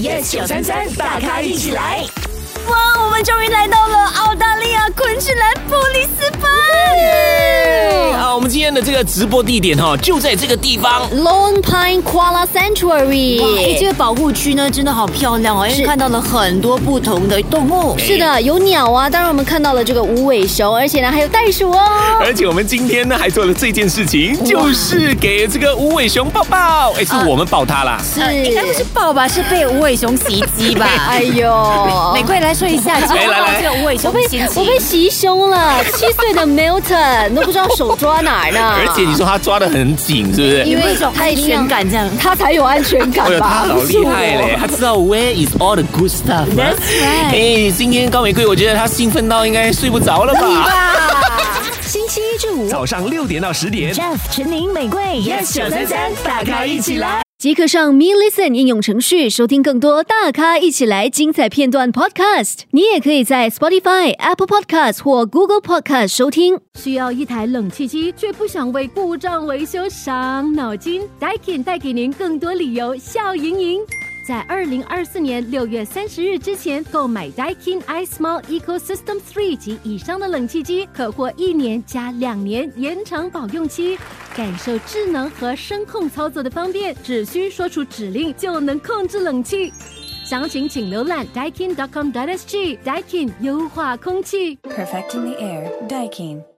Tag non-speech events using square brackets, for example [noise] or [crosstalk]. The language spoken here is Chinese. yes 九三三，大咖一起来。哇，我们终于来到了澳大利亚昆士兰布里斯好、班哎我们今天的这个直播地点哦，就在这个地方。 ，Lone Pine Koala Sanctuary。哇，哎，这个保护区呢，真的好漂亮哦，因为看到了很多不同的动物。是的，有鸟啊，当然我们看到了这个无尾熊，而且呢还有袋鼠哦。 [laughs] 而且我们今天呢还做了这件事情，就是给这个无尾熊抱抱。哎，是我们抱它啦。是，呃应该不是抱吧，是被无尾熊袭击吧？ [laughs] 哎呦，玫瑰来说一下，今天哎来来来这个无尾我熊被的心我情。被袭胸了，七岁的 Milton 都不知道手抓哪儿 [laughs] 呢。而且你说它抓得很紧，是不是？因有没有为一种太安一样全，感这样？他才有安全哎感呦，吧他？好厉害嘞！他知道 where is all the good stuff。That's right。哎，今天高玫瑰，我觉得他兴奋到应该睡不着了吧？星期一至五早上六点到十点。 ，Jeff、陈宁、玫瑰，Yes 九三三，大咖一起来。即刻上 Me Listen 应用程序收听更多大咖一起来精彩片段 Podcast。你也可以在 Spotify、Apple Podcast 或 Google Podcast 收听。需要一台冷气机，却不想为故障维修伤脑筋？Daikin 带给您更多理由笑盈盈。在二零二四年六月三十日之前购买 Daikin iSmall Ecosystem Three 及以上的冷气机，可获一年加两年延长保用期。感受智能和声控操作的方便，只需说出指令就能控制冷气。详情请浏览 daikin.com.sg。Daikin 优化空气。 Perfecting the air, Daikin.